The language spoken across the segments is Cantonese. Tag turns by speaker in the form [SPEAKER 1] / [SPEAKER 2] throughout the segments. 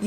[SPEAKER 1] 二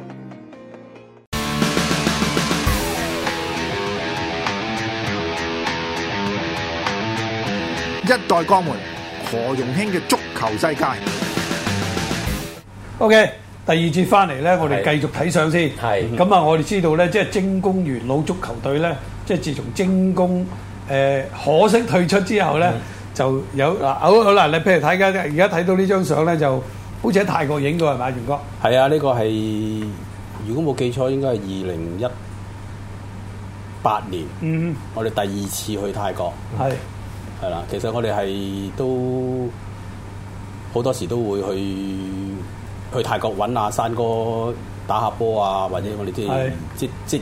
[SPEAKER 2] 一代鋼門何容興嘅足球世界。
[SPEAKER 3] OK，第二節翻嚟咧，我哋繼續睇相先。
[SPEAKER 4] 係
[SPEAKER 3] 咁啊，我哋知道咧，即係精工元老足球隊咧，即係自從精工誒、呃可惜退出之後咧，就有嗱好好啦，你譬如睇緊而家睇到呢張相咧，就好似喺泰國影到係咪，元哥？
[SPEAKER 4] 係啊，呢、個係如果冇記錯，應該係二零一八年，
[SPEAKER 3] 嗯，
[SPEAKER 4] 我哋第二次去泰國，
[SPEAKER 3] 係
[SPEAKER 4] 係啦。其實我哋係都好多時都會去去泰國揾阿山哥打下波啊，或者我哋即係
[SPEAKER 3] 係
[SPEAKER 4] 即即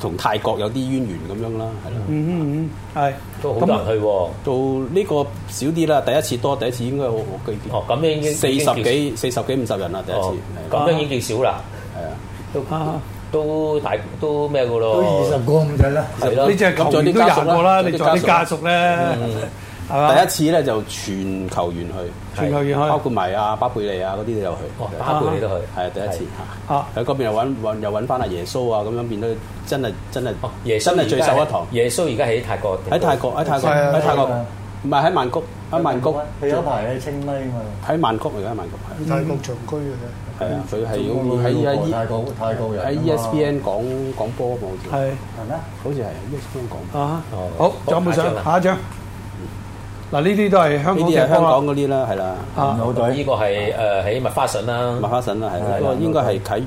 [SPEAKER 4] 同泰國有啲淵源咁樣啦，係啦。
[SPEAKER 3] 嗯嗯嗯係。
[SPEAKER 5] 都好多人去喎。
[SPEAKER 4] 到呢個少啲啦，第一次多，第一次應該我我記
[SPEAKER 5] 哦，咁已經
[SPEAKER 4] 四
[SPEAKER 5] 已經
[SPEAKER 4] 十
[SPEAKER 5] 叫
[SPEAKER 4] 幾四十幾五十人啦，第一次
[SPEAKER 5] 哦，咁樣已經叫少啦，
[SPEAKER 4] 係啊。
[SPEAKER 5] 都
[SPEAKER 3] 啊
[SPEAKER 5] 都大都咩噶咯？
[SPEAKER 6] 都二十個咁滯啦。
[SPEAKER 5] 係咯
[SPEAKER 3] 呢只
[SPEAKER 4] 咁
[SPEAKER 3] 球
[SPEAKER 4] 仲有
[SPEAKER 3] 員
[SPEAKER 4] 啲
[SPEAKER 3] 都
[SPEAKER 4] 家
[SPEAKER 3] 廿
[SPEAKER 4] 屬啦
[SPEAKER 3] 個啦，
[SPEAKER 4] 仲有啲
[SPEAKER 3] 你仲有啲家
[SPEAKER 4] 家屬
[SPEAKER 3] 屬咧，係嘛？
[SPEAKER 4] 第一次咧就全球員去，
[SPEAKER 3] 啊全球員去
[SPEAKER 4] 包括埋阿巴貝利啊嗰啲都有去。
[SPEAKER 5] 哦，巴貝你都去，
[SPEAKER 4] 係啊第一次嚇
[SPEAKER 3] 啊，
[SPEAKER 4] 喺嗰邊又揾揾又揾翻阿耶穌啊，咁樣變咗真係真係
[SPEAKER 5] 哦，耶穌
[SPEAKER 4] 真係最
[SPEAKER 5] 而家
[SPEAKER 4] 受一
[SPEAKER 5] 喺
[SPEAKER 4] 堂。
[SPEAKER 5] 耶穌而家喺泰國定，
[SPEAKER 4] 喺泰國喺泰國
[SPEAKER 6] 係啊
[SPEAKER 4] 喺泰國，
[SPEAKER 6] 係啊
[SPEAKER 4] 唔係喺曼谷喺曼谷
[SPEAKER 6] 佢有一排喺啊清咪嘛。
[SPEAKER 4] 喺曼谷而家喺曼谷係
[SPEAKER 2] 泰國長居嘅，
[SPEAKER 4] 係啊，佢係
[SPEAKER 6] 嗯中國
[SPEAKER 4] 喺
[SPEAKER 6] 老婆
[SPEAKER 4] 喺
[SPEAKER 6] 泰國泰國人啊
[SPEAKER 4] 喺 E
[SPEAKER 6] 嘛
[SPEAKER 4] ESPN 講講波啊嘛，好
[SPEAKER 3] 係
[SPEAKER 4] 似好
[SPEAKER 6] 係咩？
[SPEAKER 4] 似係，E ESPN 講。
[SPEAKER 3] 啊哈
[SPEAKER 5] 哦，
[SPEAKER 3] 好，仲有冇
[SPEAKER 5] 下一張
[SPEAKER 3] 相？
[SPEAKER 5] 啦
[SPEAKER 3] 下一張。嗱，呢啲都係香
[SPEAKER 4] 呢
[SPEAKER 3] 港
[SPEAKER 4] 啲係
[SPEAKER 3] 嘅
[SPEAKER 4] 香
[SPEAKER 3] 波啊
[SPEAKER 4] 港
[SPEAKER 3] 啦。
[SPEAKER 4] 嗰啲啦，係啦，
[SPEAKER 3] 啊，
[SPEAKER 6] 有
[SPEAKER 5] 咁
[SPEAKER 6] 隊
[SPEAKER 5] 呢個係誒喺麥花臣啦，
[SPEAKER 4] 麥花臣啊啦，係
[SPEAKER 5] 係
[SPEAKER 4] 呢個應該係啟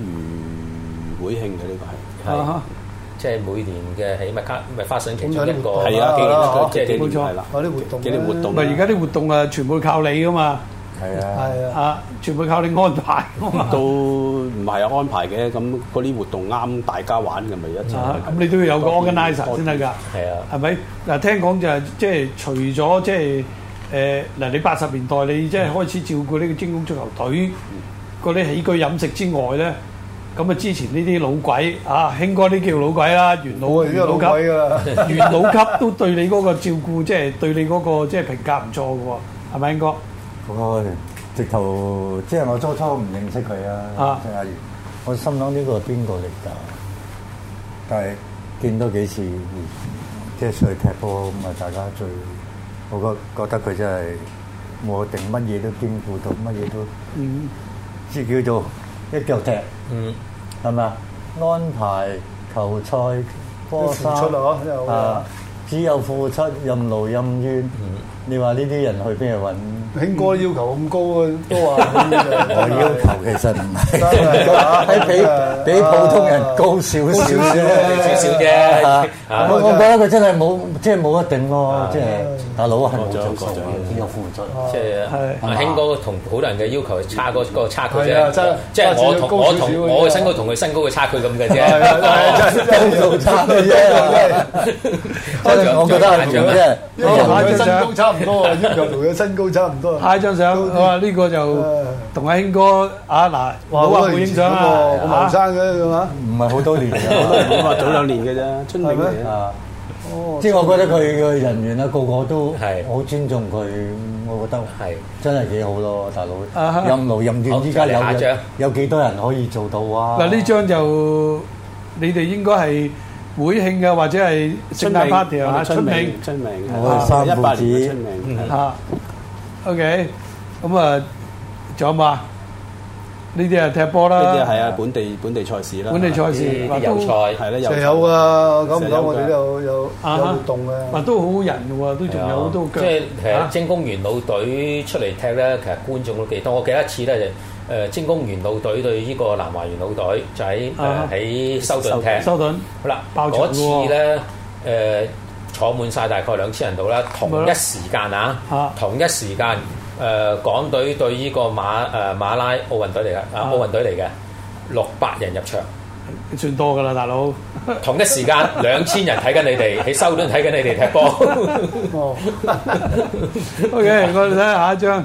[SPEAKER 4] 如會慶嘅呢個
[SPEAKER 3] 啊哈
[SPEAKER 5] 係即係每年嘅喺麥卡麥花臣其中一個
[SPEAKER 4] 係，係
[SPEAKER 6] 啊
[SPEAKER 4] 啊，
[SPEAKER 5] 即
[SPEAKER 4] 紀
[SPEAKER 5] 係
[SPEAKER 4] 念
[SPEAKER 3] 冇錯
[SPEAKER 4] 係啦，
[SPEAKER 2] 嗰啲活動
[SPEAKER 4] 紀念活動
[SPEAKER 3] 唔係而家啲活動啊，全部靠你噶嘛，
[SPEAKER 6] 係啊，
[SPEAKER 2] 係啊，
[SPEAKER 3] 啊，全部靠你安排㗎嘛。
[SPEAKER 4] 都唔係有安排嘅，咁嗰啲活動啱大家玩嘅咪一齊。
[SPEAKER 3] 啊，咁你都要有個 organizer 先得㗎，
[SPEAKER 5] 係啊，
[SPEAKER 3] 係咪？嗱，聽講就係即係除咗即係誒嗱，你八十年代你即係開始照顧呢個精工足球隊嗰啲起居飲食之外咧，咁啊之前呢啲老鬼啊，興哥啲叫老鬼啦，元老
[SPEAKER 2] 我係呢個老鬼
[SPEAKER 3] 級，
[SPEAKER 2] 㗎啦，
[SPEAKER 3] 元老級都對你嗰個照顧，即係對你嗰個即係評價唔錯嘅喎，係咪興哥？
[SPEAKER 6] 我直頭即係我初初唔認識佢啊
[SPEAKER 3] 啊，
[SPEAKER 6] 唔識阿袁，我心諗呢個係邊個嚟㗎？但係見多幾次，即係出去踢波咁啊，大家最我覺覺得佢真係我定乜嘢都兼顧到，乜嘢都
[SPEAKER 3] 嗯，
[SPEAKER 6] 即係叫做一腳踢。
[SPEAKER 5] 嗯，
[SPEAKER 6] 係咪啊？安排球賽波衫
[SPEAKER 2] 付出啊真係好啊
[SPEAKER 6] 啊，只有付出任勞任怨。你話呢啲人去邊度揾？
[SPEAKER 2] 興哥要求咁高啊，都話唔得
[SPEAKER 6] 我要求其實唔係
[SPEAKER 2] 真係㗎
[SPEAKER 6] 係 比比普通人高少少
[SPEAKER 5] 少
[SPEAKER 6] 啫。
[SPEAKER 5] 少
[SPEAKER 6] 啊
[SPEAKER 5] 啫，
[SPEAKER 6] 我我覺得佢真係冇，即係冇一定咯，即係大佬係冇
[SPEAKER 4] 過獎
[SPEAKER 6] 做數
[SPEAKER 4] 過獎
[SPEAKER 6] 啊，只有付出。
[SPEAKER 5] 即係
[SPEAKER 3] 係
[SPEAKER 5] 阿興哥同好多人嘅要求差嗰個差距
[SPEAKER 2] 係啊
[SPEAKER 5] 啫
[SPEAKER 2] 真係，
[SPEAKER 5] 即係我
[SPEAKER 2] 真係
[SPEAKER 5] 同
[SPEAKER 2] 高
[SPEAKER 5] 我
[SPEAKER 2] 少
[SPEAKER 5] 同
[SPEAKER 2] 少
[SPEAKER 5] 我嘅
[SPEAKER 2] 嘅
[SPEAKER 5] 身高同佢身高嘅差距咁嘅啫。
[SPEAKER 2] 係啊係 啊真係
[SPEAKER 6] 高度差嘅啫，真係我覺得係咁啫。
[SPEAKER 2] 因為同佢身高差唔多啊，要求同佢身高差唔多啊。
[SPEAKER 3] 下一張相，我話呢個就
[SPEAKER 2] 誒
[SPEAKER 3] 同阿興哥啊嗱，唔
[SPEAKER 2] 哇
[SPEAKER 3] 好話
[SPEAKER 2] 好
[SPEAKER 3] 冇
[SPEAKER 2] 耐
[SPEAKER 3] 影
[SPEAKER 2] 以前
[SPEAKER 3] 相
[SPEAKER 2] 嗰個
[SPEAKER 3] 啊，
[SPEAKER 2] 咁後
[SPEAKER 3] 啊
[SPEAKER 2] 生嘅係嘛？
[SPEAKER 6] 唔係好多年㗎。
[SPEAKER 4] 我話早兩年嘅啫，春年
[SPEAKER 2] 係
[SPEAKER 4] 嚟
[SPEAKER 2] 咩
[SPEAKER 4] 嘅
[SPEAKER 6] 啊！
[SPEAKER 2] 哦，
[SPEAKER 6] 即係我覺得佢嘅人員啊，個個都
[SPEAKER 5] 係
[SPEAKER 6] 好尊重佢，我覺得
[SPEAKER 5] 係
[SPEAKER 6] 真係幾好咯，大佬
[SPEAKER 3] 啊哈。
[SPEAKER 6] 任勞任
[SPEAKER 5] 好
[SPEAKER 6] 怨，依家
[SPEAKER 5] 我哋下一張
[SPEAKER 6] 有有幾多人可以做到啊？
[SPEAKER 3] 嗱呢張就你哋應該係會慶嘅，或者係聖誕 party 啊，春
[SPEAKER 4] 春
[SPEAKER 3] 慶
[SPEAKER 4] 明，春明，
[SPEAKER 6] 我係三父
[SPEAKER 4] 一八年嘅
[SPEAKER 6] 子
[SPEAKER 4] 春明，係
[SPEAKER 3] 嚇。OK，咁啊，仲有冇啊？呢啲啊踢波
[SPEAKER 4] 呢啲
[SPEAKER 3] 啦，
[SPEAKER 4] 係啊本地本地賽事啦，
[SPEAKER 3] 本地賽事
[SPEAKER 5] 啲
[SPEAKER 3] 話
[SPEAKER 5] 油
[SPEAKER 3] 都
[SPEAKER 5] 菜
[SPEAKER 4] 係啦，
[SPEAKER 2] 成有啊，久唔久我哋都有有有
[SPEAKER 3] 啊哈
[SPEAKER 2] 活動
[SPEAKER 3] 話
[SPEAKER 2] 嘅。
[SPEAKER 3] 都好好人嘅喎，都仲有好多腳
[SPEAKER 5] 即係其
[SPEAKER 3] 啊
[SPEAKER 5] 實精工元老隊出嚟踢咧，其實觀眾都幾多。我記得一次咧就誒精工元老隊對呢個南華元老隊，就喺
[SPEAKER 3] 啊
[SPEAKER 5] 誒喺修頓踢。
[SPEAKER 3] 收頓
[SPEAKER 5] 好啦，
[SPEAKER 3] 爆場
[SPEAKER 5] 嗰
[SPEAKER 3] 喎
[SPEAKER 5] 次咧誒坐滿晒大概兩千人度啦，同
[SPEAKER 3] 咪咯
[SPEAKER 5] 一時間啊
[SPEAKER 3] 啊，
[SPEAKER 5] 同一時間呃誒港隊對呢個馬誒馬拉奧運隊嚟嘅，啊
[SPEAKER 3] 啊
[SPEAKER 5] 奧運隊嚟嘅。六百人入 場，
[SPEAKER 3] 算多㗎啦，大佬。
[SPEAKER 5] 同一時間兩千人睇緊你 哋，喺修頓睇緊你哋踢波。
[SPEAKER 3] OK，我哋睇下一張，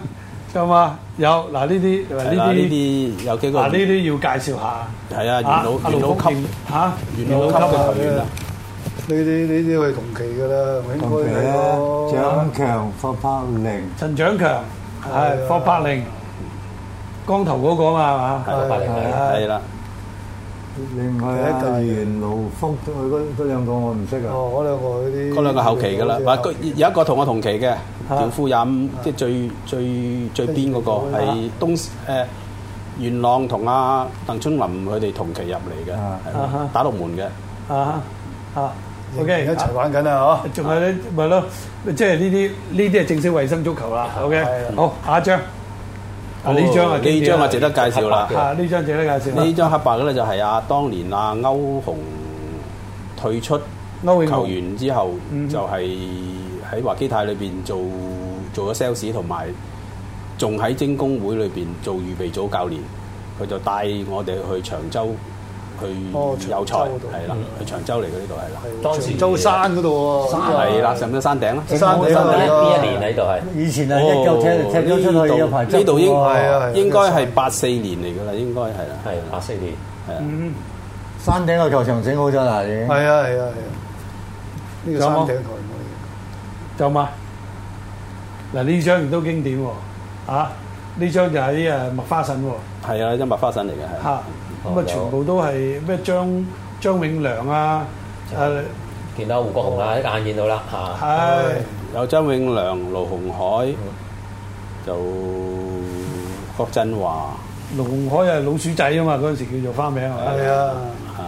[SPEAKER 3] 有嘛？有嗱呢啲，嗱
[SPEAKER 4] 係啦，
[SPEAKER 3] 呢啲，
[SPEAKER 4] 啊呢啲有幾個
[SPEAKER 3] 嗱呢啲要介紹下。
[SPEAKER 4] 係啊，
[SPEAKER 3] 啊
[SPEAKER 4] 元老-
[SPEAKER 3] 阿
[SPEAKER 4] 元老
[SPEAKER 3] 盧
[SPEAKER 4] 級，
[SPEAKER 3] 級嚇，
[SPEAKER 4] 元老級
[SPEAKER 3] 啊
[SPEAKER 4] 嘅球員啊，
[SPEAKER 2] 呢啲呢啲係同期㗎啦，唔應該
[SPEAKER 6] 同期啊
[SPEAKER 2] 係
[SPEAKER 6] 啦，
[SPEAKER 2] 咯。
[SPEAKER 6] 張強、霍柏寧、
[SPEAKER 3] 陳長強，
[SPEAKER 4] 啊
[SPEAKER 3] 係霍柏寧，光頭嗰個嘛
[SPEAKER 5] 六 百零
[SPEAKER 3] 係
[SPEAKER 5] 零
[SPEAKER 3] 嘛？
[SPEAKER 4] 係啦，
[SPEAKER 6] 另外
[SPEAKER 2] 第一屆
[SPEAKER 6] 啊
[SPEAKER 2] 嘅
[SPEAKER 6] 袁勞福，佢嗰嗰兩個我唔識啊。
[SPEAKER 2] 哦，嗰兩個嗰啲
[SPEAKER 4] 嗰兩個後期㗎啦，
[SPEAKER 2] 嗰啲
[SPEAKER 4] 或者佢-有一個同我同期嘅，
[SPEAKER 3] 啊。
[SPEAKER 4] 條褲廿五，即係最-最-最邊嗰個，
[SPEAKER 2] 啊。
[SPEAKER 4] 係東-誒，元朗同阿鄧春林佢哋同期入嚟嘅，
[SPEAKER 6] 啊。
[SPEAKER 4] 係啦，
[SPEAKER 3] 啊哈。
[SPEAKER 4] 打龍門嘅。
[SPEAKER 3] 啊啊，OK，
[SPEAKER 2] 一齊玩緊啊！嗬。
[SPEAKER 3] 仲係咧，咪咯，即係呢啲呢啲係正式衞生足球啦。OK，好，
[SPEAKER 4] 啊
[SPEAKER 3] 下一張。啊呢張啊，
[SPEAKER 4] 哦呢張啊值得介紹啦。
[SPEAKER 3] 啊呢張值得介紹啦
[SPEAKER 4] 呢。張黑白嘅咧就係啊，當年啊歐雄退出
[SPEAKER 3] 歐永豪
[SPEAKER 4] 球員之後，
[SPEAKER 3] 嗯
[SPEAKER 4] 就係喺華基泰裏邊做做咗 sales，同埋仲喺精工會裏邊做預備組教練。佢就帶我哋去長洲去
[SPEAKER 2] 哦
[SPEAKER 4] 有
[SPEAKER 2] 長
[SPEAKER 4] 賽，
[SPEAKER 2] 洲嗰度
[SPEAKER 4] 係啦，去長洲嚟嘅呢度係啦，
[SPEAKER 2] 係
[SPEAKER 5] 當時
[SPEAKER 2] 長洲山嗰度喎。
[SPEAKER 4] 係啦，上咗山頂啦。
[SPEAKER 2] 山頂
[SPEAKER 6] 係
[SPEAKER 2] 啊
[SPEAKER 6] 啊
[SPEAKER 5] 邊一年喺度係？
[SPEAKER 6] 以前啊，一九踢踢咗出去有排
[SPEAKER 4] 哦呢度應
[SPEAKER 2] 係啊係啊
[SPEAKER 4] 應該係八四年嚟㗎啦，應該係啦，
[SPEAKER 5] 係八四年，
[SPEAKER 4] 係啊。
[SPEAKER 3] 嗯
[SPEAKER 6] 山頂個球場整好咗啦，已經。
[SPEAKER 2] 係啊係啊係啊！呢個
[SPEAKER 3] 仲
[SPEAKER 2] 山
[SPEAKER 3] 有冇
[SPEAKER 2] 頂台我
[SPEAKER 3] 就嘛？嗱呢張亦都經典喎，啊呢張就喺誒麥花臣喎，
[SPEAKER 4] 係啊，一麥花臣嚟嘅係。
[SPEAKER 3] 嚇
[SPEAKER 5] 哦
[SPEAKER 3] 咁啊全部都係咩張張永良啊，誒
[SPEAKER 5] 見到胡國雄啊啦，一眼見到啦嚇。
[SPEAKER 3] 係
[SPEAKER 4] 有張永良、盧鴻海，就郭振華
[SPEAKER 3] 盧鴻海啊老鼠仔啊嘛，嗰陣時叫做花名係咪？
[SPEAKER 2] 哋係啊，
[SPEAKER 4] 啊，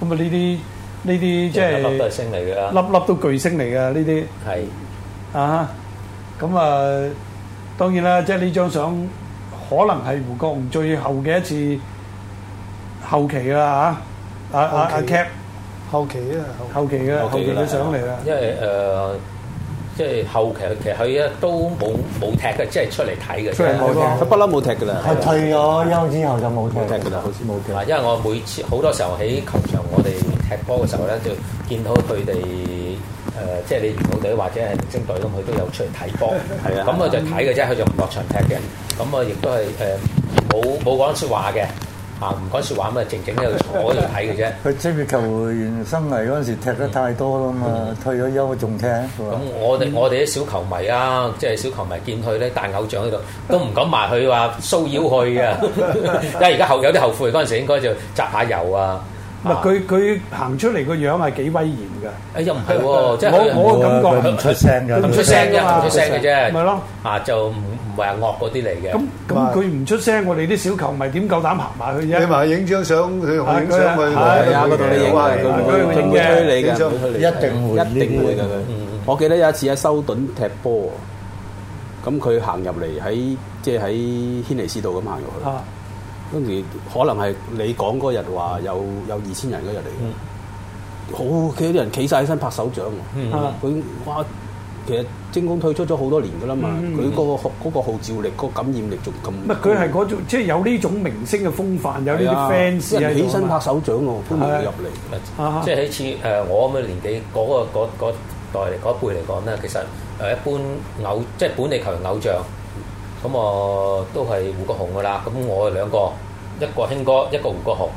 [SPEAKER 3] 咁啊呢啲呢啲即係
[SPEAKER 5] 粒都係星嚟嘅啦，
[SPEAKER 3] 粒粒都巨星嚟㗎呢啲。
[SPEAKER 5] 係
[SPEAKER 3] 啊，咁啊，當然啦，即係呢張相可能係胡國雄最後嘅一次後期啦嚇，啊啊啊
[SPEAKER 2] 後期
[SPEAKER 3] Cap
[SPEAKER 2] 後期啊，後
[SPEAKER 3] 後期嘅後
[SPEAKER 4] 後期
[SPEAKER 3] 期
[SPEAKER 4] 㗎啦
[SPEAKER 3] 嘅相嚟啦，
[SPEAKER 5] 因為誒，即係後期其實佢都冇冇踢嘅，即係出嚟睇嘅
[SPEAKER 3] 出嚟
[SPEAKER 5] 啫。
[SPEAKER 3] 睇
[SPEAKER 4] 佢
[SPEAKER 3] 咯，
[SPEAKER 4] 不嬲冇踢㗎啦，
[SPEAKER 6] 係退咗休之後就冇踢
[SPEAKER 4] 冇踢㗎啦好似
[SPEAKER 6] 冇踢
[SPEAKER 5] 啊，因為我每次好多時候喺球場，我哋踢波嘅時候咧，就見到佢哋呃誒，即係你元老隊或者係明星隊咁，佢都有出嚟睇波。
[SPEAKER 4] 係啊
[SPEAKER 5] 咁我就睇嘅啫，佢就唔落場踢嘅。咁啊，亦都係誒冇冇講説話嘅，啊唔講説話咁啊，靜靜喺度坐喺度睇嘅啫。
[SPEAKER 6] 佢職業球員生涯嗰陣時踢得太多啦嘛，退咗休仲踢。
[SPEAKER 5] 咁我
[SPEAKER 3] 嗯
[SPEAKER 5] 哋我哋啲小球迷啊，即係小球迷見佢咧大偶像喺度，都唔敢埋去話騷擾佢 嘅。因為而家後有啲後悔嗰陣時，應該就擲下油啊。
[SPEAKER 3] 唔係
[SPEAKER 5] 啊
[SPEAKER 3] 佢佢行出嚟個樣係幾威嚴㗎，
[SPEAKER 5] 哎又唔 係喎，即係佢
[SPEAKER 3] 我我感覺
[SPEAKER 6] 佢唔出聲㗎，
[SPEAKER 3] 佢
[SPEAKER 5] 唔出聲
[SPEAKER 3] 㗎啊嘛
[SPEAKER 5] 啫，唔出聲嘅
[SPEAKER 3] 咪
[SPEAKER 5] 啫。
[SPEAKER 3] 咯，
[SPEAKER 5] 啊，就唔唔係話惡嗰啲嚟嘅。
[SPEAKER 3] 咁咁
[SPEAKER 2] 咪
[SPEAKER 3] 佢唔出聲，我哋啲小球迷點夠膽行埋去
[SPEAKER 2] 你
[SPEAKER 3] 啫？
[SPEAKER 2] 埋影張相，佢同我影相
[SPEAKER 3] 係
[SPEAKER 2] 佢
[SPEAKER 3] 佢
[SPEAKER 2] 話
[SPEAKER 4] 係啊，嗰度你影啊，佢
[SPEAKER 3] 佢
[SPEAKER 4] 會
[SPEAKER 3] 會
[SPEAKER 4] 佢
[SPEAKER 3] 影
[SPEAKER 4] 會
[SPEAKER 3] 嘅
[SPEAKER 4] 推你
[SPEAKER 2] 影
[SPEAKER 4] 嘅，
[SPEAKER 2] 相
[SPEAKER 4] 會推你
[SPEAKER 6] 一定會
[SPEAKER 4] 一定會㗎佢
[SPEAKER 5] 嗯。
[SPEAKER 4] 我記得有一次喺修頓踢波，咁佢行入嚟喺即係喺軒尼斯道咁行入去。
[SPEAKER 3] 啊，
[SPEAKER 4] 跟住可能係你講嗰日話有有二千人嗰日
[SPEAKER 5] 嗯
[SPEAKER 4] 嚟嘅，好幾啲人企晒起身拍手掌喎。
[SPEAKER 5] 嗯
[SPEAKER 3] 啊
[SPEAKER 4] 佢哇，其實精工退出咗好多年㗎啦嘛，
[SPEAKER 3] 嗯
[SPEAKER 4] 佢嗰個嗰個號召力、嗰個感染力仲咁。
[SPEAKER 3] 唔係佢係嗰種即係有呢種明星嘅風範，有
[SPEAKER 4] 係
[SPEAKER 3] 呢
[SPEAKER 4] 啊
[SPEAKER 3] 啲
[SPEAKER 4] 一
[SPEAKER 3] fans
[SPEAKER 4] 人起
[SPEAKER 3] 喺
[SPEAKER 4] 身
[SPEAKER 3] 度
[SPEAKER 4] 拍
[SPEAKER 3] 啊
[SPEAKER 4] 手掌喎，都冇入嚟。
[SPEAKER 3] 啊
[SPEAKER 5] 即係好似誒我咁嘅年紀嗰、個嗰嗰代嚟嗰一輩嚟講咧，其實誒一般偶即係本地球員偶像，咁我都係胡國雄噶啦。咁我哋兩個，一個興哥，一個胡國雄，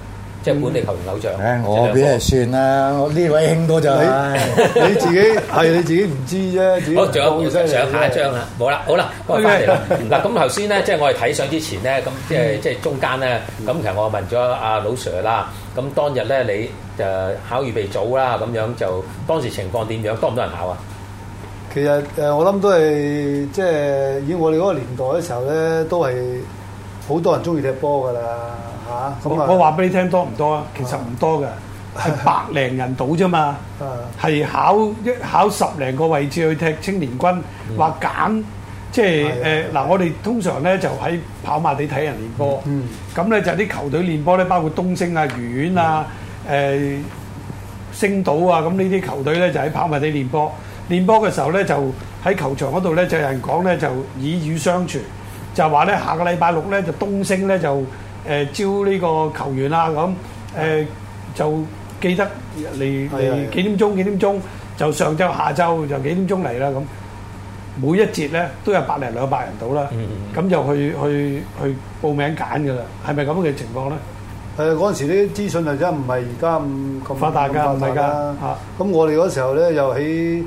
[SPEAKER 5] 即係本地球員偶像。
[SPEAKER 6] 唉，我
[SPEAKER 5] 即係
[SPEAKER 6] 俾
[SPEAKER 5] 兩
[SPEAKER 6] 人算啦，我呢位興哥就係。
[SPEAKER 2] 你自己係你自己唔知啫，自己
[SPEAKER 5] 個好，仲有
[SPEAKER 2] 講
[SPEAKER 5] 上下一張啦，冇啦，好啦，我翻嚟啦。嗱，咁頭先咧，即係我哋睇相之前咧，咁即係即係中間咧，咁其實我問咗阿老 Sir 啦，咁當日咧你誒考預備組啦，咁樣就當時情況點樣？多唔多人考啊？
[SPEAKER 2] 其實誒，我諗都係即係以我哋嗰個年代嘅時候咧，都係好多人中意踢波㗎啦嚇。
[SPEAKER 3] 我
[SPEAKER 2] 咁啊，
[SPEAKER 3] 我話俾你聽多唔多啊？其實唔 多嘅，係百零人到啫嘛。
[SPEAKER 2] 啊
[SPEAKER 3] 係考一考十零個位置去踢青年軍，話揀即係
[SPEAKER 2] 係啊
[SPEAKER 3] 誒嗱，我哋通常咧就喺跑馬地睇人練波，咁咧就啲球隊練波咧，包括東升啊、愉園啊、誒星島啊，咁呢啲球隊咧就喺跑馬地練波。練波嘅時候咧，就喺球場嗰度咧就有人講咧就以語相傳，就話咧下個禮拜六咧就東升咧就誒招呢個球員啦咁誒就記得嚟
[SPEAKER 2] 係啊係啊
[SPEAKER 3] 嚟幾點鐘幾點鐘就上晝下晝就幾點鐘嚟啦咁。每一節咧都有百零兩百人到啦，咁就去去去報名揀噶啦，係咪咁嘅情況咧？
[SPEAKER 2] 誒嗰陣時啲資訊啊，真係唔係而家咁咁
[SPEAKER 3] 發達㗎
[SPEAKER 2] 咁
[SPEAKER 3] 唔係㗎
[SPEAKER 2] 啦
[SPEAKER 3] 嚇
[SPEAKER 2] 咁我哋嗰時候咧，又喺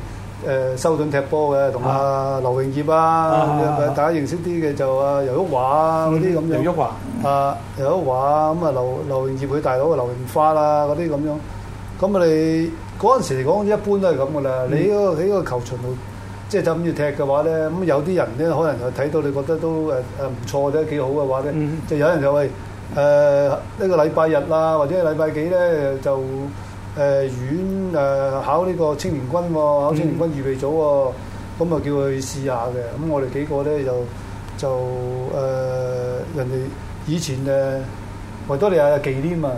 [SPEAKER 2] 誒修頓踢波嘅，同阿劉永業啊，咁
[SPEAKER 3] 啊
[SPEAKER 2] 樣大家認識啲嘅就阿尤旭華啊嗰啲咁樣。
[SPEAKER 3] 楊旭華
[SPEAKER 2] 啊，劉德華咁啊，劉劉榮業佢大佬啊，劉榮花啦嗰啲咁樣。咁我哋嗰陣時嚟講，一般都係咁噶啦。你喺個喺個球場度，即係就咁要踢嘅話咧，咁有啲人咧，可能就睇到你覺得都誒誒唔錯啫，幾好嘅話咧，
[SPEAKER 3] 嗯
[SPEAKER 2] 就有人就喂誒呢個禮拜日啦，或者禮拜幾咧就誒呃院誒考呢個青年軍喎，考青年軍預備組喎，咁啊叫佢試下嘅。咁我哋幾個咧就就誒、人哋以前呃誒維多利亞有忌廉啊。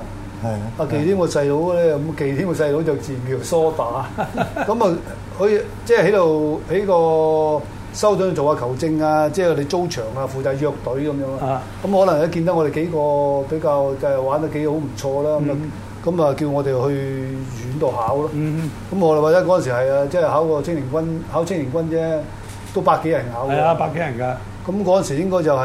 [SPEAKER 6] 係啊
[SPEAKER 2] 阿忌廉個細佬咧，咁忌廉個細佬就自描梳打， 咁啊，佢即係喺度喺個收隊做下球證啊，即係我哋租場啊，負責約隊咁樣啊
[SPEAKER 3] 啊。
[SPEAKER 2] 咁可能一見到我哋幾個比較誒玩得幾好唔錯啦，咁啊
[SPEAKER 3] 嗯
[SPEAKER 2] 咁啊叫我哋去院度考咯。
[SPEAKER 3] 嗯，
[SPEAKER 2] 咁我哋話齋嗰陣時係啊，即係考個青年軍，考青年軍啫，都百幾人考㗎。
[SPEAKER 3] 係啊，百幾人㗎。
[SPEAKER 2] 咁嗰陣時應該就係、誒、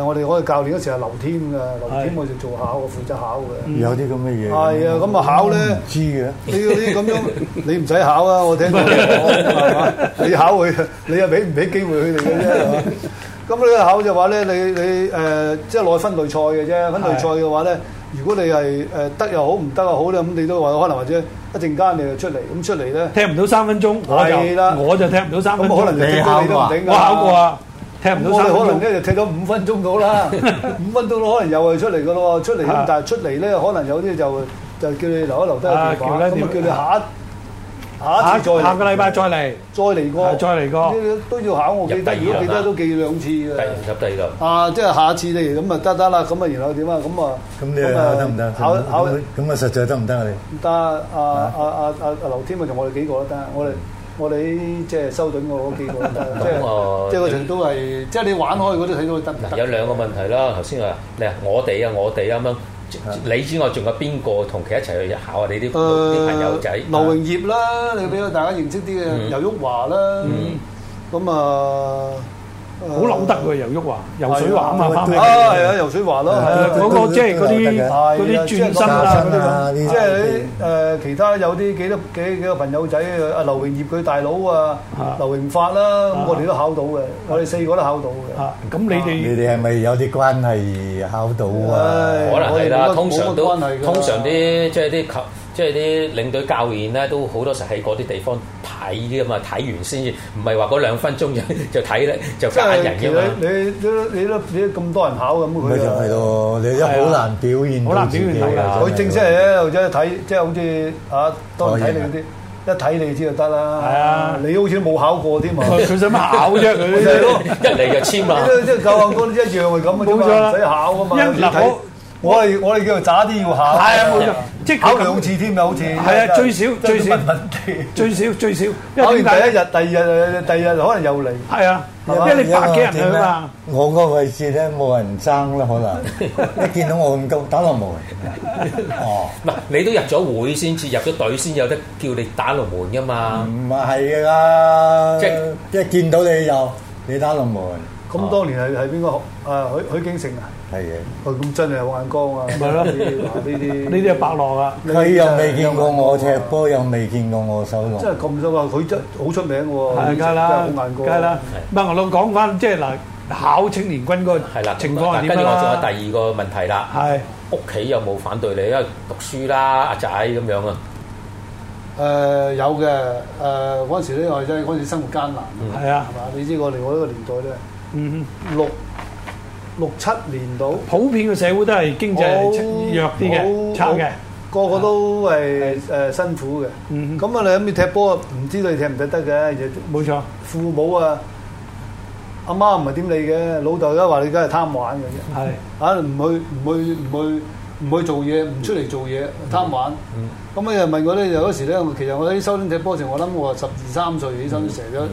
[SPEAKER 2] 誒，我哋嗰個教練嗰時係劉添㗎，劉
[SPEAKER 3] 係
[SPEAKER 2] 添我就做考，我負責考嘅。
[SPEAKER 6] 有啲咁嘅嘢。
[SPEAKER 2] 係啊咁啊考呢
[SPEAKER 6] 唔知嘅。
[SPEAKER 2] 你你咁樣，你唔使考啊！我聽 到你講係嘛？你考佢，你又俾唔俾機會佢哋嘅啫係嘛？咁你考就話咧，你你誒、呃即係攞去分類賽嘅啫。分類賽嘅話咧，如果你係誒得又好，唔得又好咧，咁你都話可能或者一陣間你就出嚟，咁出嚟咧，
[SPEAKER 3] 踢唔到三分鐘，我
[SPEAKER 2] 係啦
[SPEAKER 3] 就我就踢唔到三分
[SPEAKER 2] 咁可能
[SPEAKER 3] 鐘。
[SPEAKER 2] 就踢到你都唔頂㗎
[SPEAKER 3] 我考過啊，踢唔到
[SPEAKER 2] 我哋可
[SPEAKER 3] 三
[SPEAKER 2] 能
[SPEAKER 3] 分鐘。
[SPEAKER 2] 咧就踢咗五分鐘到啦，五分鐘到可能又係出嚟噶咯喎，出嚟咁
[SPEAKER 3] 啊
[SPEAKER 2] 但係出嚟咧可能有啲就就叫你留一留低個
[SPEAKER 3] 啊
[SPEAKER 2] 電話，
[SPEAKER 3] 叫
[SPEAKER 2] 咁
[SPEAKER 3] 低
[SPEAKER 2] 啊
[SPEAKER 3] 電
[SPEAKER 2] 叫你下
[SPEAKER 3] 下
[SPEAKER 2] 一下一次再嚟
[SPEAKER 3] 下個禮拜再嚟。
[SPEAKER 2] 再嚟過，
[SPEAKER 3] 係再嚟過
[SPEAKER 2] 呢啲都要考我記得，
[SPEAKER 5] 入
[SPEAKER 2] 如
[SPEAKER 5] 第
[SPEAKER 2] 果
[SPEAKER 5] 二
[SPEAKER 2] 記
[SPEAKER 5] 輪
[SPEAKER 2] 得
[SPEAKER 5] 啦
[SPEAKER 2] 都記兩次
[SPEAKER 5] 第
[SPEAKER 2] 嘅。
[SPEAKER 5] 二及第二輪。
[SPEAKER 2] 啊，即係下次你嚟咁啊得得啦，咁啊然後點啊咁啊，
[SPEAKER 6] 咁你又考得唔得？
[SPEAKER 2] 考考
[SPEAKER 6] 咁咁啊，實在得唔得啊？你？
[SPEAKER 2] 得啊啊啊啊啊！劉天咪同我哋幾個都得，我哋我哋啲即係收隊我嗰幾個都得，即係
[SPEAKER 5] 我
[SPEAKER 2] 即係嗰陣都係，即係你玩開嗰啲睇到得唔
[SPEAKER 5] 嗱，
[SPEAKER 2] 得？
[SPEAKER 5] 有兩個問題啦。頭先話你話我哋啊，我哋啊咁樣，你之外仲有邊個同佢一齊去考下你啲
[SPEAKER 2] 誒
[SPEAKER 5] 啲朋友仔？
[SPEAKER 2] 劉榮業啦，你俾大家認識啲嘅
[SPEAKER 5] 嗯
[SPEAKER 2] 尤旭華啦，咁啊
[SPEAKER 3] 好扭得佢游旭華、游水華啊嘛，
[SPEAKER 6] 係啊
[SPEAKER 3] 翻
[SPEAKER 2] 啊
[SPEAKER 3] 嚟
[SPEAKER 2] 係啊，游水華咯，係啊
[SPEAKER 3] 嗰個即係嗰啲
[SPEAKER 6] 係
[SPEAKER 2] 啊
[SPEAKER 3] 嗰啲轉身
[SPEAKER 2] 係
[SPEAKER 3] 啊
[SPEAKER 2] 啊
[SPEAKER 3] 嗰
[SPEAKER 2] 即
[SPEAKER 3] 啲
[SPEAKER 2] 係咁
[SPEAKER 3] 咁。
[SPEAKER 6] 啊呢
[SPEAKER 2] 即係誒其他有啲幾多幾幾個朋友仔阿劉榮業佢大佬啊，
[SPEAKER 3] 啊
[SPEAKER 2] 劉榮發啦，咁
[SPEAKER 3] 啊
[SPEAKER 2] 我哋都考到嘅，我哋四個都考到嘅。
[SPEAKER 3] 啊，咁你
[SPEAKER 6] 你
[SPEAKER 3] 哋
[SPEAKER 6] 哋係咪有啲關係考到啊？
[SPEAKER 5] 可能係
[SPEAKER 2] 我哋冇乜
[SPEAKER 5] 啦，通常都
[SPEAKER 2] 冇乜關係㗎啦
[SPEAKER 5] 通常啲即係啲球，即係啲領隊教練咧，都好多時喺嗰啲地方睇噶嘛，睇完先至，唔係話嗰兩分鐘就就睇咧就
[SPEAKER 2] 即
[SPEAKER 5] 揀
[SPEAKER 2] 係
[SPEAKER 5] 人
[SPEAKER 2] 其
[SPEAKER 5] 噶
[SPEAKER 2] 實
[SPEAKER 5] 嘛。
[SPEAKER 2] 你你都你都你都咁多人考咁
[SPEAKER 6] 咪就係
[SPEAKER 2] 佢啊。
[SPEAKER 6] 咯，你都好難表現
[SPEAKER 3] 好難表現到㗎
[SPEAKER 6] 㗎
[SPEAKER 2] 佢正式係喺度即係睇，即係好似啊，當然睇你嗰啲，一睇你知就得啦。
[SPEAKER 3] 係啊
[SPEAKER 2] 你好似都冇考過添嘛。
[SPEAKER 3] 佢佢想考啫，
[SPEAKER 2] 咪就係
[SPEAKER 3] 佢
[SPEAKER 2] 咯
[SPEAKER 5] 一嚟就簽啦，
[SPEAKER 2] 即係教下嗰啲一樣係咁嘅啫
[SPEAKER 3] 冇錯
[SPEAKER 2] 嘛，
[SPEAKER 3] 啦
[SPEAKER 2] 唔使考噶嘛。
[SPEAKER 3] 因嗱
[SPEAKER 2] 睇
[SPEAKER 3] 我
[SPEAKER 2] 我係我哋叫做渣啲要考。
[SPEAKER 3] 係啊冇錯即係
[SPEAKER 2] 考
[SPEAKER 3] 佢咁
[SPEAKER 2] 兩次添啊，好似
[SPEAKER 3] 係啊，最少最少
[SPEAKER 2] 問問題。
[SPEAKER 3] 最少最少，因
[SPEAKER 2] 考完
[SPEAKER 3] 為
[SPEAKER 2] 第
[SPEAKER 3] 點解咧？
[SPEAKER 2] 一日、第二日、第二日可能又嚟。
[SPEAKER 3] 係啊，因為你百幾人去啊嘛。。
[SPEAKER 6] 我個位置咧冇人爭啦，可能一見到我咁高，打落冇人。哦，
[SPEAKER 5] 唔係你都入咗會先至，入咗隊先有得叫你打龍門噶嘛。
[SPEAKER 6] 唔係啦，
[SPEAKER 5] 即
[SPEAKER 6] 即一見到你又你打落門，
[SPEAKER 2] 咁當年係係邊個學？啊，許許景成啊，
[SPEAKER 6] 係嘅。
[SPEAKER 2] 佢咁真係有眼光啊！
[SPEAKER 3] 咪咯
[SPEAKER 2] 呢啲
[SPEAKER 3] 呢啲係白浪啊！
[SPEAKER 6] 佢又未見過我踢，波，又未見過我手龍
[SPEAKER 2] 真。係咁多啊！佢真好出名喎，
[SPEAKER 3] 係梗係啦，
[SPEAKER 2] 真係好眼
[SPEAKER 3] 梗
[SPEAKER 2] 光。
[SPEAKER 3] 係啦。唔係我老講翻，即係嗱，考青年軍嗰
[SPEAKER 5] 係啦
[SPEAKER 3] 個，情況係
[SPEAKER 5] 跟
[SPEAKER 3] 點
[SPEAKER 5] 住
[SPEAKER 3] 樣
[SPEAKER 5] 我仲
[SPEAKER 3] 啦？
[SPEAKER 5] 有第二個問題啦，
[SPEAKER 3] 係
[SPEAKER 5] 屋企有冇反對你？因為讀書啦，阿仔咁樣啊，
[SPEAKER 2] 誒、呃有嘅，誒呃嗰陣時咧，我哋真係嗰陣時生活艱難啊，
[SPEAKER 3] 係啊
[SPEAKER 2] 係，嘛？你知我哋我呢個年代咧，
[SPEAKER 3] 嗯，
[SPEAKER 2] 六六七年到，
[SPEAKER 3] 普遍嘅社會都係經濟
[SPEAKER 2] 好
[SPEAKER 3] 弱啲嘅，差嘅，
[SPEAKER 2] 個個都係誒辛苦嘅。
[SPEAKER 3] 嗯
[SPEAKER 2] 咁啊，你諗住踢波啊，唔知道你踢唔踢得嘅，亦
[SPEAKER 3] 冇錯，
[SPEAKER 2] 父母啊，阿媽唔係點理嘅，老豆都話你梗係貪玩嘅啫。
[SPEAKER 3] 係
[SPEAKER 2] 啊唔去唔去唔去唔去做嘢，唔出嚟做嘢，貪玩。咁啊又問我咧，有嗰時咧，我其實我喺收隊踢波時，我諗我十二三歲起身，成日都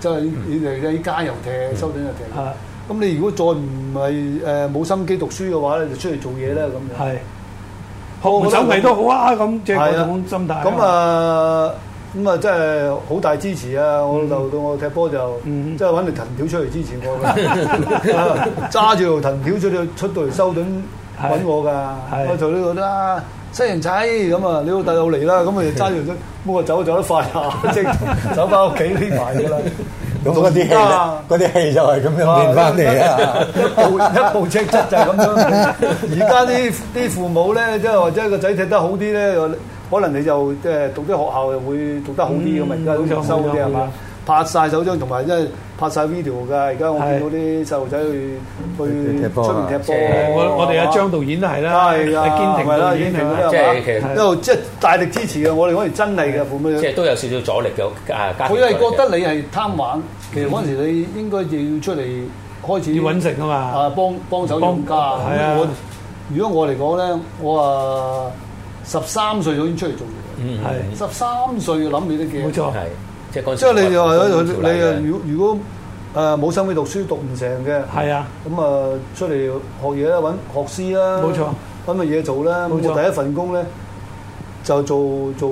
[SPEAKER 2] 即係你你哋喺街又踢，收隊又踢。
[SPEAKER 3] 啊，
[SPEAKER 2] 咁你如果再唔係誒冇心機讀書嘅話咧，就出嚟做嘢啦咁樣。
[SPEAKER 3] 係學手藝都好啊，咁即係嗰種心態。
[SPEAKER 2] 咁，啊，咁啊，真係好大支持啊！我老豆到我踢波就，
[SPEAKER 3] 嗯
[SPEAKER 2] 即係揾條藤條出嚟支持我㗎啊 揸住條藤條出到出到嚟收頓揾我㗎
[SPEAKER 3] 係。
[SPEAKER 2] 我做呢個啦，西人仔咁啊，你老豆又嚟啦，咁啊揸 住條，咁我走走得快啊，即係走翻屋企呢排㗎啦。
[SPEAKER 6] 咁嗰啲戲
[SPEAKER 2] 啊
[SPEAKER 6] 嗰啲戲就係咁
[SPEAKER 2] Ờ,
[SPEAKER 6] 樣變翻嚟 啊！
[SPEAKER 2] 一步一步尺質就係咁樣。而家啲啲父母咧，即係或者個仔踢得好啲咧，可能你就即係讀啲學校又會讀得好啲咁嘛。而
[SPEAKER 3] 嗯
[SPEAKER 2] 家啲收嗰啲係
[SPEAKER 3] 冇錯冇錯
[SPEAKER 2] 嘛？拍晒手掌同埋即係拍晒 video 㗎。而家我見到啲細路仔去去
[SPEAKER 6] 踢波啊
[SPEAKER 2] 出面踢波。
[SPEAKER 3] 我我哋阿張導演都係啦，
[SPEAKER 2] 係啊
[SPEAKER 3] 阿堅庭
[SPEAKER 2] 咪啦
[SPEAKER 3] 導演係
[SPEAKER 2] 堅庭
[SPEAKER 3] 啦
[SPEAKER 2] 都有
[SPEAKER 5] 即係其實
[SPEAKER 2] 一路即係大力支持嘅，我哋嗰時真係嘅父母。
[SPEAKER 5] 即係都有少少阻力嘅啊家庭阻
[SPEAKER 2] 嗯佢
[SPEAKER 5] 力
[SPEAKER 2] 係
[SPEAKER 5] 嘅
[SPEAKER 2] 覺得你係貪玩，其實嗰陣時你應該要出嚟開始
[SPEAKER 3] 要揾食啊嘛，
[SPEAKER 2] 啊幫幫手用家。
[SPEAKER 3] 幫係啊
[SPEAKER 2] 我如果我嚟講咧，我啊十三歲就已經出嚟做嘢，
[SPEAKER 5] 嗯
[SPEAKER 3] 係
[SPEAKER 5] 嗯
[SPEAKER 2] 十三歲就諗你啲
[SPEAKER 3] 冇
[SPEAKER 2] 嘢。
[SPEAKER 3] 錯，
[SPEAKER 5] 係即係嗰陣
[SPEAKER 2] 即係你就話
[SPEAKER 5] 時嗯
[SPEAKER 2] 你啊，如如果誒冇心機讀書讀唔成嘅，
[SPEAKER 3] 係啊，
[SPEAKER 2] 咁啊出嚟學嘢啦，揾學師啦，
[SPEAKER 3] 冇錯，
[SPEAKER 2] 揾乜嘢做啦。咁
[SPEAKER 3] 冇錯
[SPEAKER 2] 我第一份工咧就做做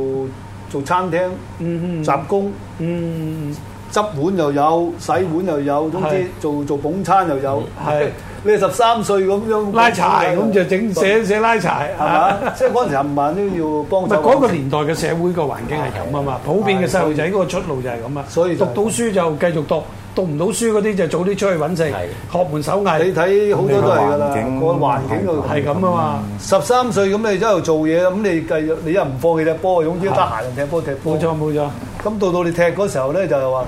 [SPEAKER 2] 做餐廳
[SPEAKER 3] 嗯嗯，
[SPEAKER 2] 雜工。
[SPEAKER 3] 嗯
[SPEAKER 2] 執碗又有，洗碗又有，總
[SPEAKER 3] 係
[SPEAKER 2] 之做做捧餐又有。
[SPEAKER 3] 係
[SPEAKER 2] 你十三歲咁樣
[SPEAKER 3] 拉柴咁就整寫寫拉柴
[SPEAKER 2] 係
[SPEAKER 3] 啊。
[SPEAKER 2] 嘛？即係嗰陣時冚唪唥都要幫
[SPEAKER 3] 唔係
[SPEAKER 2] 手。
[SPEAKER 3] 嗰個年代嘅社會個環境係咁啊嘛，普遍嘅細路仔嗰個出路就係咁啊。
[SPEAKER 2] 所以
[SPEAKER 3] 讀
[SPEAKER 2] 就
[SPEAKER 3] 到書就繼續讀，讀唔到書嗰啲就早啲出去揾食
[SPEAKER 5] 係，
[SPEAKER 3] 學門手
[SPEAKER 2] 你
[SPEAKER 3] 藝
[SPEAKER 2] 睇好多都係㗎啦，個環境度
[SPEAKER 3] 係咁啊嘛。
[SPEAKER 2] 十三歲咁你喺度做嘢，咁你繼續你又唔放棄踢波，總之得閒就踢波踢波。
[SPEAKER 3] 冇錯。冇錯，
[SPEAKER 2] 咁到到你踢嗰時候咧，就係話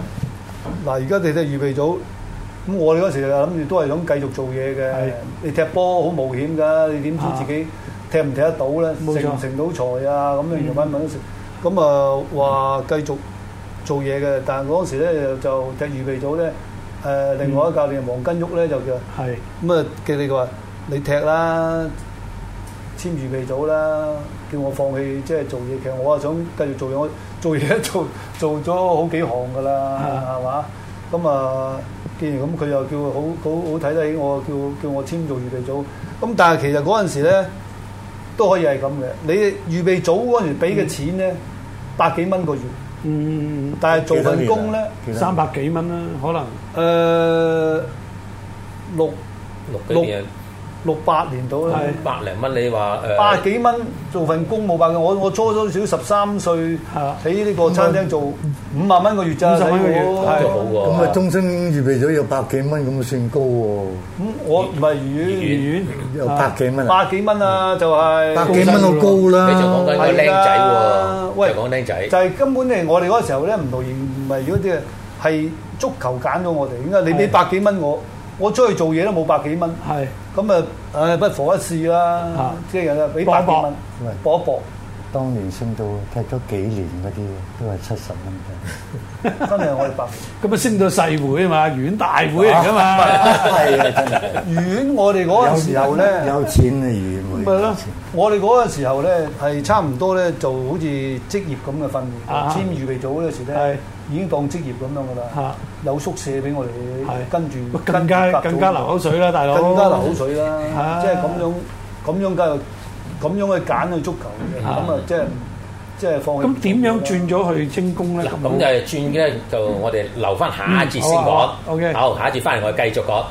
[SPEAKER 2] 嗱，而家你踢預備組。咁我哋嗰時就諗住都係想繼續做嘢嘅
[SPEAKER 3] 係，
[SPEAKER 2] 你踢波好冒險㗎，你點知
[SPEAKER 3] 啊
[SPEAKER 2] 自己踢唔踢得到咧？
[SPEAKER 3] 冇錯嗯
[SPEAKER 2] 成唔成到財啊？咁樣又揾揾食，咁啊話繼續做嘢嘅，但係嗰時咧就踢預備組咧，誒、另外一個教練黃根旭咧就叫。
[SPEAKER 3] 係
[SPEAKER 2] 咁啊，佢哋話你踢啦，簽預備組啦，叫我放棄即係做嘢。其實我啊想繼續做嘢，我做嘢 做做咗好幾行噶啦，係嘛？咁啊，既然咁，佢又叫好好好睇得起我，叫叫我簽做預備組。咁但係其實嗰陣時咧都可以係咁嘅。你預備組嗰陣時俾嘅錢咧百幾蚊個月，
[SPEAKER 3] 嗯
[SPEAKER 2] 但係做
[SPEAKER 6] 啊
[SPEAKER 2] 份工咧
[SPEAKER 6] 嗯
[SPEAKER 3] 三百幾蚊啦，可能
[SPEAKER 2] 誒呃六
[SPEAKER 5] 六幾年
[SPEAKER 2] 六八年到啦。
[SPEAKER 3] 係
[SPEAKER 5] 百零蚊，你話
[SPEAKER 3] 啊
[SPEAKER 5] 呃誒
[SPEAKER 2] 百幾蚊做份工冇百嘅，我我初初少十三歲
[SPEAKER 3] 啊
[SPEAKER 2] 喺呢個餐廳做五萬蚊個月咋，
[SPEAKER 3] 50蚊個月
[SPEAKER 2] 大佬
[SPEAKER 3] 係
[SPEAKER 5] 都好
[SPEAKER 6] 咁
[SPEAKER 5] 喎
[SPEAKER 6] 啊，，中升預備咗有百幾蚊，咁算高喎，
[SPEAKER 2] 咁我唔係魚
[SPEAKER 3] 醫
[SPEAKER 6] 有百幾蚊啊，
[SPEAKER 2] 百幾蚊啊，就係
[SPEAKER 6] 百幾蚊好高
[SPEAKER 5] 你就講緊個
[SPEAKER 6] 啦。
[SPEAKER 5] 僆仔
[SPEAKER 2] 係啦
[SPEAKER 5] 喎，
[SPEAKER 2] 喂
[SPEAKER 5] 就講僆仔
[SPEAKER 2] 就，係根本咧，我哋嗰個時候咧唔同，唔係嗰啲係足球揀咗我哋，點解你俾
[SPEAKER 3] 係
[SPEAKER 2] 百幾蚊我，我出去做嘢都冇百幾蚊，
[SPEAKER 3] 係
[SPEAKER 2] 咁啊誒不妨一試啦
[SPEAKER 3] 啊，
[SPEAKER 2] 即係人啊俾百幾
[SPEAKER 3] 搏
[SPEAKER 2] 蚊
[SPEAKER 6] 一搏
[SPEAKER 2] 搏一搏，
[SPEAKER 6] 當年升到踢咗幾年嗰啲都係七十蚊
[SPEAKER 2] 真係我哋百幾。
[SPEAKER 3] 咁啊升到細會啊嘛，院大會嚟噶嘛，
[SPEAKER 6] 嘅，係啊，真係。
[SPEAKER 2] 遠我哋嗰個時候咧。
[SPEAKER 6] 有錢啊，魚
[SPEAKER 3] 咪
[SPEAKER 6] 妹。
[SPEAKER 3] 咯，
[SPEAKER 2] 我哋嗰個時候咧，係差唔多咧，就好似職業咁嘅訓練，
[SPEAKER 3] 啊
[SPEAKER 2] 簽預備組嗰陣時
[SPEAKER 3] 係
[SPEAKER 2] 咧，已經當職業咁樣噶啦，
[SPEAKER 3] 嚇
[SPEAKER 2] 有宿舍俾我哋
[SPEAKER 3] 係
[SPEAKER 2] 跟住，
[SPEAKER 3] 更
[SPEAKER 2] 跟住
[SPEAKER 3] 加
[SPEAKER 2] 夾組
[SPEAKER 3] 更加流口水啦，大佬，
[SPEAKER 2] 更加流口水啦
[SPEAKER 3] 啊，
[SPEAKER 2] 即係咁樣咁樣梗係咁樣去揀去足球嘅，
[SPEAKER 3] 啊
[SPEAKER 2] 咁啊即係即係放棄。
[SPEAKER 3] 咁點樣轉？咗去精工咧？
[SPEAKER 5] 嗱咁就係轉咧，就我哋留翻下一節先
[SPEAKER 3] 嗯好
[SPEAKER 5] 講
[SPEAKER 3] 啊好啊。，OK
[SPEAKER 5] 好，下一節翻嚟我哋繼續講。